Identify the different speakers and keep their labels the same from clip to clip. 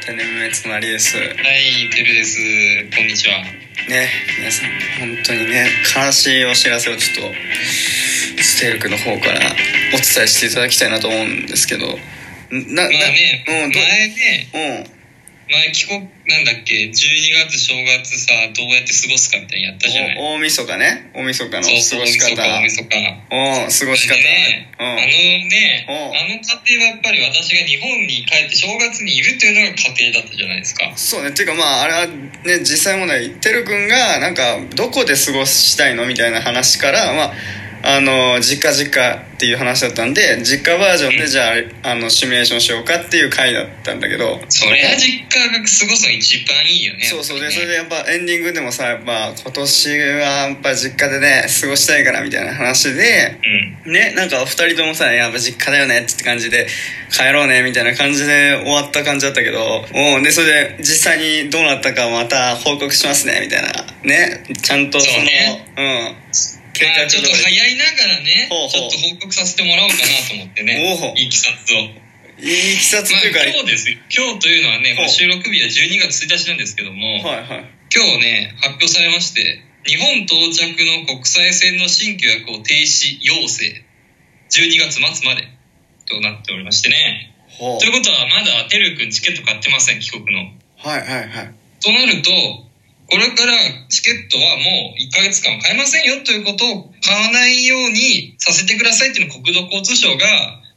Speaker 1: となりですね
Speaker 2: はい、てるです。こんにちは。
Speaker 1: 皆さん本当にね悲しいお知らせをちょっとステルクの方からお伝えしていただきたいなと思うんですけどなな
Speaker 2: まあね、
Speaker 1: うんど
Speaker 2: 前ね、
Speaker 1: うん
Speaker 2: 前帰国、なんだっけ、12月正月さ、どうやって過ごすかみたいなのやったじゃない。
Speaker 1: お大晦日ね大晦日の過
Speaker 2: そうそう、
Speaker 1: ごし方
Speaker 2: 大晦日、大晦
Speaker 1: う
Speaker 2: 日。
Speaker 1: ん過ごし方
Speaker 2: ね、あのね、
Speaker 1: うん
Speaker 2: あの家庭はやっぱり私が日本に帰って正月にいるというのが家庭だったじゃないですか。
Speaker 1: うんそうねっていうかまああれはね実際問題てるくんがなんかどこで過ごしたいのみたいな話からまああの実家実家っていう話だったんで実家バージョンでじゃああのシミュレーションしようかっていう回だったんだけど
Speaker 2: それは実家が過ごすの一番いいよね。
Speaker 1: そうそうでそれ
Speaker 2: やっ
Speaker 1: でやっぱエンディングでもさやっぱ今年はやっぱ実家でね過ごしたいからみたいな話で
Speaker 2: ぱりね
Speaker 1: ねなんかお二人ともさやっぱ実家だよねって感じで帰ろうねみたいな感じで終わった感じだったけどうんでそれで実際にどうなったかまた報告しますねみたいなねちゃんとそ
Speaker 2: そう
Speaker 1: の
Speaker 2: ね
Speaker 1: うん計
Speaker 2: うん。ま
Speaker 1: 画
Speaker 2: あ、ちょっと
Speaker 1: 通
Speaker 2: 早
Speaker 1: り
Speaker 2: いながらね、
Speaker 1: ほうほう
Speaker 2: ちょっと報告させてもらおうかなと思ってね、
Speaker 1: おう
Speaker 2: いきさつを。
Speaker 1: いいきさつ
Speaker 2: ま
Speaker 1: っ
Speaker 2: あ、
Speaker 1: ていうか、
Speaker 2: 今日ですよ今日というのはね、こ
Speaker 1: ほう
Speaker 2: の収録日は12月1日なんですけども、
Speaker 1: はいはい
Speaker 2: 今日ね発表されまして日本到着の国際線の新規予約を停止要請12月末までとなっておりましてね
Speaker 1: ほ
Speaker 2: ということはまだてるくんチケット買ってません帰国の
Speaker 1: うはいはいはい
Speaker 2: となるとこれからチケットはもう1ヶ月間買えませんよということを買わないようにさせてくださいっていうのを国土交通省が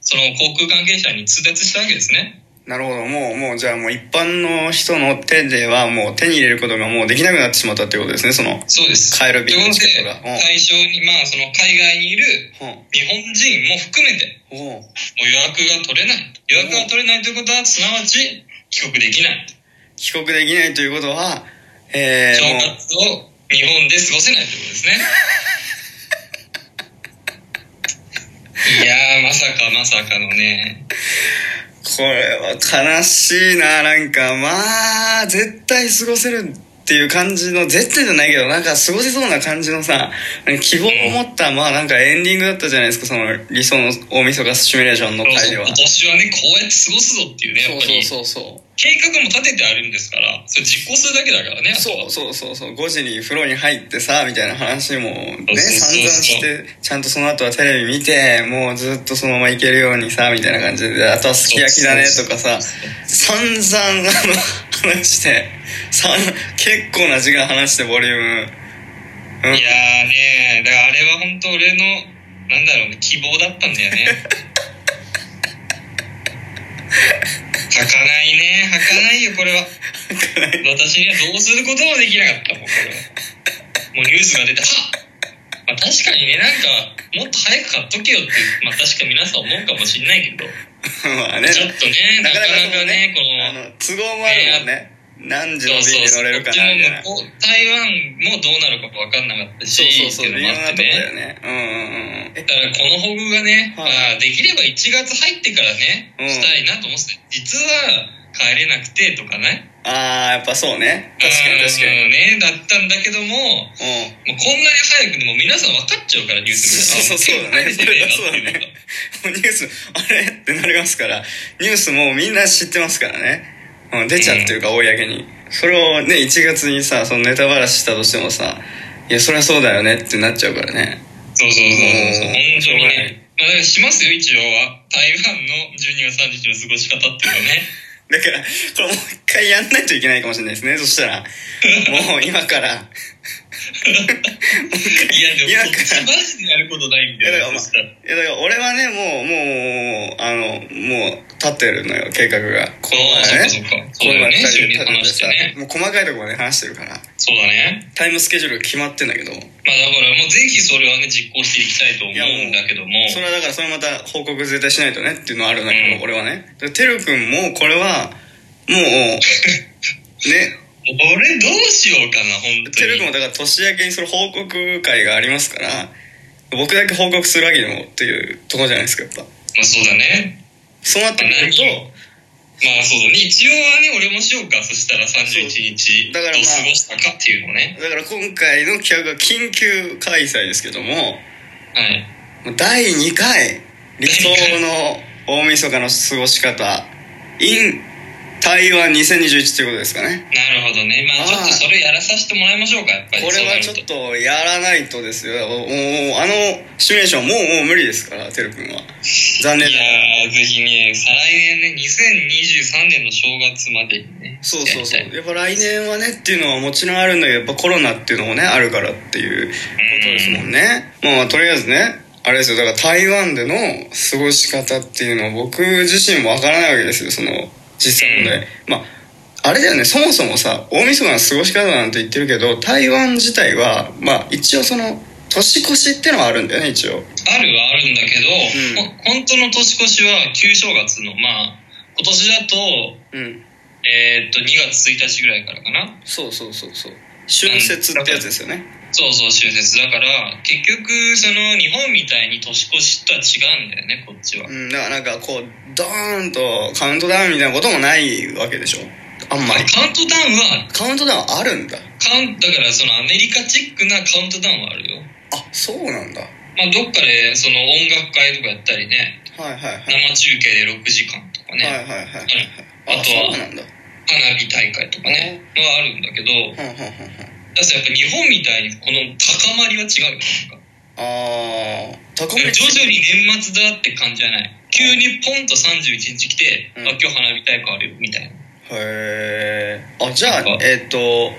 Speaker 2: その航空関係者に通達したわけですね
Speaker 1: なるほどもうもうじゃあもう一般の人の手ではもう手に入れることがもうできなくなってしまったってことですねその
Speaker 2: そうです。
Speaker 1: 買える便のチケットが
Speaker 2: ということで対象に、まあ、その海外にいる日本人も含めて、
Speaker 1: うんおう
Speaker 2: もう予約が取れない。予約が取れないということは、すなわち帰国できない。
Speaker 1: 帰国できないということはえ
Speaker 2: 正
Speaker 1: ー、もう
Speaker 2: 月を日本で過ごせないということですね。いやー、まさかまさかのね。
Speaker 1: これは悲しいななんかまあ絶対過ごせるっていう感じの絶対じゃないけどなんか過ごせそうな感じのさなんか希望を持った、まあなんかエンディングだったじゃないですかその理想の大晦日シミュレーションの
Speaker 2: 今
Speaker 1: 回
Speaker 2: 年
Speaker 1: では
Speaker 2: はね、こうやって過ごすぞっていうね、やっぱり。
Speaker 1: そうそうそう
Speaker 2: 計画も立ててあるんですから、それ実行するだけだからね。
Speaker 1: そうそうそうそう5時に風呂に入ってさみたいな話もね
Speaker 2: そうそう
Speaker 1: 散々してちゃんとその後はテレビ見てもうずっとそのまま行けるようにさみたいな感じであとはすき焼きだねとかさ散々あの話してさん結構な時間話してボリュームうん
Speaker 2: いやーねだからあれは本当俺のなんだろうね希望だったんだよね 儚いね儚いよこれは私にはどうすることもできなかったもんこれはもうニュースが出てはっまあ、確かにねなんかもっと早く買っとけよってまあ確か皆さん思うかもしんないけどち
Speaker 1: まあね
Speaker 2: ょっとね
Speaker 1: な
Speaker 2: な
Speaker 1: かな
Speaker 2: か
Speaker 1: かその
Speaker 2: なか
Speaker 1: ね
Speaker 2: ねこ
Speaker 1: あ
Speaker 2: の
Speaker 1: の都合もあるもんね何時の
Speaker 2: そう
Speaker 1: 便
Speaker 2: そ
Speaker 1: で
Speaker 2: うそ
Speaker 1: 乗
Speaker 2: う
Speaker 1: れるかなみたいな
Speaker 2: こっちも向こう台湾もどうなるか分かんなかったし
Speaker 1: そうそうそう
Speaker 2: っ
Speaker 1: 微
Speaker 2: てい
Speaker 1: 妙
Speaker 2: うの
Speaker 1: なと
Speaker 2: もあっ
Speaker 1: こ
Speaker 2: てね
Speaker 1: だよねうんうんうんえ
Speaker 2: だからこのホグがね、
Speaker 1: はい
Speaker 2: まあ、できれば1月入ってからね、
Speaker 1: うん
Speaker 2: したいなと思ってた実は帰れなくてとかね
Speaker 1: あーやっぱそうね確かに確かに
Speaker 2: うんねだったんだけど
Speaker 1: うん
Speaker 2: ももうこんなに早くでもう皆さん分かっちゃうからニュース
Speaker 1: そうそうそうだねそ
Speaker 2: そ
Speaker 1: れ
Speaker 2: れ
Speaker 1: はそうだねもう ニュースあれってなりますからニュースもうみんな知ってますからね、うん、出ちゃうっていうか公にそれをね1月にさそのネタばらししたとしてもさいやそりゃそうだよねってなっちゃうからね
Speaker 2: そうそうそうそう
Speaker 1: うん
Speaker 2: 本当に
Speaker 1: はい
Speaker 2: ねまあだからしますよ一応は台湾の12月30日の過ごし方っていう のね
Speaker 1: だからこれもう一回やんないといけないかもしれないですねそした らもう今からい
Speaker 2: いやで
Speaker 1: いや
Speaker 2: もこっちマジでやることないんだ
Speaker 1: いやだか
Speaker 2: よ
Speaker 1: らまあ
Speaker 2: そしたら
Speaker 1: やだから俺はねもうもうもうあのもう立ってるのよ計画がこ
Speaker 2: ああそっかそっかそうだよね
Speaker 1: 二人
Speaker 2: 一
Speaker 1: で立て
Speaker 2: 緒に
Speaker 1: て
Speaker 2: 話して
Speaker 1: さ
Speaker 2: ね
Speaker 1: もう細かいところまで話してるから
Speaker 2: そうだね
Speaker 1: タイムスケジュールが決まってんだけど
Speaker 2: まあだからもうぜひそれはね実行していきたいと思うんだけども
Speaker 1: それはだからそれまた報告絶対しないとねっていうのはあるんだけど、
Speaker 2: うん
Speaker 1: 俺はねでてるくんもこれは もうね
Speaker 2: 俺どうしようかな本当
Speaker 1: てるくん
Speaker 2: に
Speaker 1: もだから年明けにその報告会がありますから僕だけ報告するわけでもっていうとこじゃないですかやっぱ
Speaker 2: まあそうだね
Speaker 1: そうなってくると
Speaker 2: 何をまあそうだね一応はね俺もしようかそしたら31日
Speaker 1: そ
Speaker 2: ど
Speaker 1: う
Speaker 2: う
Speaker 1: だから
Speaker 2: 過
Speaker 1: まあ
Speaker 2: ごしたかっていうのね
Speaker 1: だから今回の企画は緊急開催ですけども
Speaker 2: はい
Speaker 1: もう第2回理想の大晦日の過ごし方 in 台台湾2021ということですかね。
Speaker 2: なるほどね。まあ、ちょっとそれやらさせてもらいましょうか、やっぱり。
Speaker 1: これはちょっとやらないとですよ。もう、もうあのシミュレーションもうもう無理ですから、てるくんは。残
Speaker 2: そうな
Speaker 1: 念
Speaker 2: ると。い
Speaker 1: ながら。
Speaker 2: やー、ぜひね、再来年ね、2023年の正月までにね。
Speaker 1: そうそうそう。
Speaker 2: やりたい
Speaker 1: やっぱ来年はねっていうのはもちろんあるんだけど、やっぱコロナっていうのもね、あるからっていうことですもんね。まあまあ、とりあえずね、あれですよ、だから台湾での過ごし方っていうのは僕自身もわからないわけですよ、その、実際のね。まあ、あれだよね、そもそもさ、大晦日の過ごし方なんて言ってるけど、台湾自体は、まあ一応その、年越しってのはあるんだよね、一応。
Speaker 2: あるはあるんだけど、
Speaker 1: ん
Speaker 2: ほ本当の年越しは旧正月の、まあ、今年だと、
Speaker 1: うん。
Speaker 2: えーっと、2月1日ぐらいからかな。
Speaker 1: そうそうそうそう。春節ってやつですよね。
Speaker 2: そうそう、春節だから、結局、その、日本みたいに年越しとは違うんだよね、こっちは。
Speaker 1: うん、だからなんかこうドーンとカウントダウンみたいなこともないわけでしょあんまり
Speaker 2: カウントダウンは、
Speaker 1: カウントダウンあるんだ
Speaker 2: カウンだからそのアメリカチックなカウントダウンはあるよ。
Speaker 1: あそうなんだは
Speaker 2: まあ、どっかで、その、音楽会とかやったりね、
Speaker 1: いはいはい、
Speaker 2: 生中継で6時間とか
Speaker 1: はい
Speaker 2: ね、
Speaker 1: はいはいはい
Speaker 2: うんあとは
Speaker 1: そうなんだ
Speaker 2: 花火大会とかね、はあるんだけど、
Speaker 1: ふんふんふんふん
Speaker 2: だからやっぱ日本みたいにこの高まりは違うよ、なんか。
Speaker 1: あー高
Speaker 2: 徐
Speaker 1: め
Speaker 2: 々に年末だって感じじゃない。急にポンと31日来て、
Speaker 1: うん
Speaker 2: あ、今日花火大会あるよ、みたいな。
Speaker 1: へえあじゃあ
Speaker 2: なんか
Speaker 1: えっ、と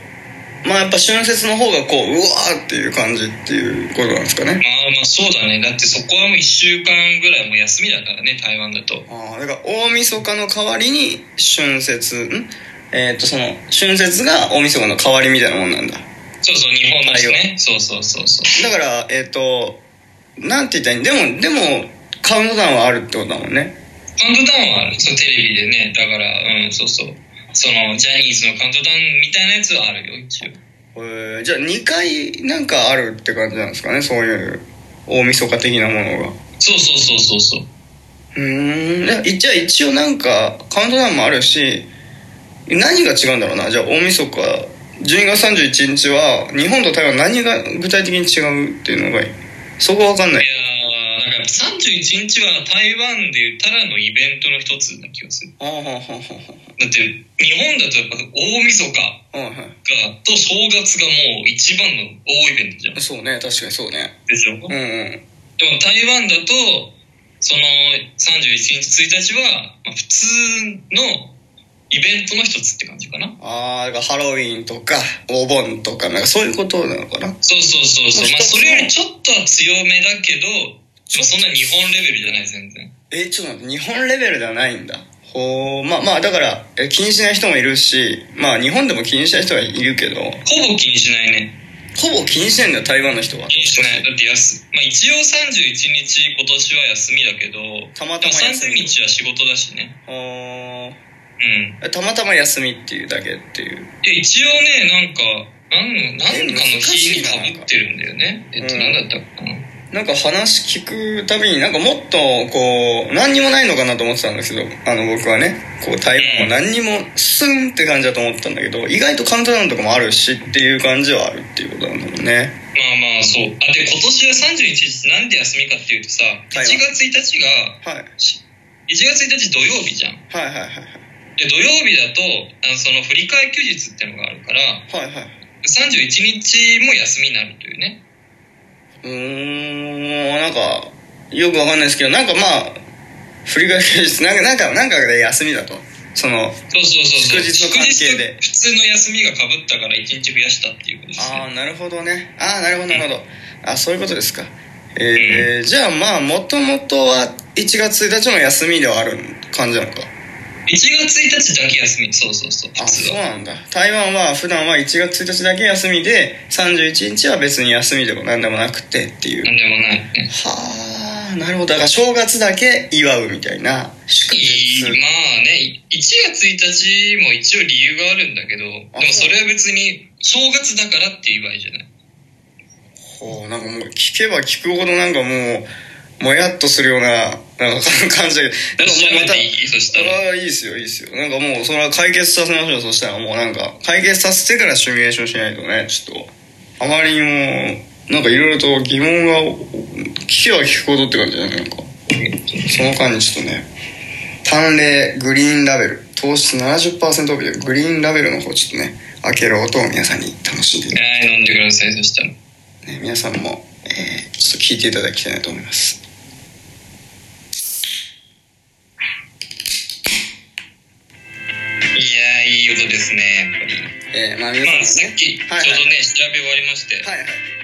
Speaker 1: まあやっぱ春節の方がこううわーっていう感じっていうことなんですかね
Speaker 2: まあまあそうだね。だってそこはもう1週間ぐらいもう休みだからね、台湾だと。
Speaker 1: ああだから大晦日の代わりに春節んえっ、とその春節が大晦日の代わりみたいなもんなんだ
Speaker 2: そうそう、日本だしね。そうそうそうそう。
Speaker 1: だからえっ、となんて言ったらいいんでもでもカウントダウンはあるってことだもんね
Speaker 2: カウントダウンはある。そう、テレビでね。だから、うん、そうそう。その、ジャニーズのカウントダウンみたいなやつはあるよ、一応。
Speaker 1: えーじゃあ2回なんかあるって感じなんですかねそういう大晦日的なものが
Speaker 2: そうそうそうそうそう。
Speaker 1: うーんいやじゃあ一応なんかカウントダウンもあるし何が違うんだろうなじゃあ大晦日12月31日は日本と台湾何が具体的に違うっていうのがそこわかんないい
Speaker 2: やー、なんかやっぱ31日は台湾で言ったらのイベントの一つな気がする。
Speaker 1: ああはあはあは
Speaker 2: だって、日本だとやっぱ大晦日が、
Speaker 1: あはあはい
Speaker 2: と正月がもう一番の大イベントじゃん。
Speaker 1: はいそうね確かにそうね
Speaker 2: でしょ
Speaker 1: うんうん
Speaker 2: でも台湾だと、その31日、1日は、まあ、普通のイベントの一つって感じかな。
Speaker 1: ああ、だからハロウィーンとか、お盆とか、なんかそういうことなのかな。
Speaker 2: そうそうそうそう。
Speaker 1: ま
Speaker 2: ま
Speaker 1: あ
Speaker 2: あ
Speaker 1: 一つ
Speaker 2: そ
Speaker 1: の
Speaker 2: れよりちょっとは強めだけど、でもそんな日本レベルじゃない、全然。
Speaker 1: えーちょっと待って、日本レベルではないんだ。ほう、まあまあ、だから、えー気にしない人もいるし、まあ日本でも気にしない人はいるけど、
Speaker 2: ほぼ気にしないね。
Speaker 1: ほぼ気にしないんだよ、台湾の人は。
Speaker 2: 気にしない。だって休まあ一応31日、今年は休みだけど、
Speaker 1: たまた
Speaker 2: でも
Speaker 1: ま休
Speaker 2: 30
Speaker 1: み。
Speaker 2: 日は仕事だしね。
Speaker 1: あー
Speaker 2: うん。
Speaker 1: えたまたま休みっていうだけっていう。
Speaker 2: で一応ね、なんか、なんなんかの日にかぶってるんだよね。えっと、
Speaker 1: うん
Speaker 2: なんだったかな。
Speaker 1: なんか話聞くたびになんかもっとこう何にもないのかなと思ってたんですけどあの僕はねこう台湾も何にもスンって感じだと思ってたんだけど意外とカウントダウンとかもあるしっていう感じはあるっていうことなんだもんね
Speaker 2: まあまあそう。あで今年は31日なんで休みかっていうとさ、
Speaker 1: は
Speaker 2: 1
Speaker 1: い
Speaker 2: 月1日が、
Speaker 1: はい
Speaker 2: し1月1日土曜日じゃん。
Speaker 1: はいはいはい
Speaker 2: で、土曜日だと、あのその振り替え休日っていうのがあるから、
Speaker 1: はいはいはい
Speaker 2: 31日も休みになるというね。
Speaker 1: うーんなんかよくわかんないですけどなんかまあ振り返りですなんかなんかなんかで休みだとその
Speaker 2: そうそうそうそ
Speaker 1: 祝
Speaker 2: う。
Speaker 1: 日の関係で
Speaker 2: 祝日と普通の休みがかぶったから1日増やしたっていうことです
Speaker 1: あ
Speaker 2: ね。
Speaker 1: あなるほどねああなるほどなるほどあそういうことですかえー、じゃあまあもともとは1月1日の休みではある感じなのか
Speaker 2: 1月1日だけ休み。そうそうそう。普
Speaker 1: あ
Speaker 2: 通
Speaker 1: そう
Speaker 2: は。
Speaker 1: なんだ台湾は普段は1月1日だけ休みで31日は別に休みでも何でもなくてっていう
Speaker 2: なんでもないね。
Speaker 1: はあなるほどだから正月だけ祝うみたいな祝
Speaker 2: いい
Speaker 1: 日
Speaker 2: まあね1月1日も一応理由があるんだけどで
Speaker 1: あ
Speaker 2: もそれは別に正月だからっていう場合じゃない
Speaker 1: ほうなんかもう聞けば聞くほどなんかもうもやっとするようななんか感じだけど
Speaker 2: 調
Speaker 1: なんかもう
Speaker 2: べ
Speaker 1: また
Speaker 2: ていいそし
Speaker 1: そ
Speaker 2: たら
Speaker 1: れはいいですよいいですよなんかもうそれは解決させましょうそしたらもうなんか解決させてからシミュレーションしないとねちょっとあまりにもなんかいろいろと疑問が聞けば聞くほどって感じじゃないなんかその間にちょっとね「淡麗グリーンラベル」糖質70%オフでグリーンラベルの方ちょっとね開ける音を皆さんに楽しんでいただ
Speaker 2: はい、飲んでください、そしたら。
Speaker 1: いて、ね、皆さんも、えーちょっと聞いていただきたいなと思います
Speaker 2: いやー、いい音ですね、やっぱり。
Speaker 1: えー、まあ皆
Speaker 2: まあ、
Speaker 1: さ
Speaker 2: さ
Speaker 1: んも
Speaker 2: っき、ちょう
Speaker 1: はいはい
Speaker 2: どね、調べ終わりまして、
Speaker 1: はいはい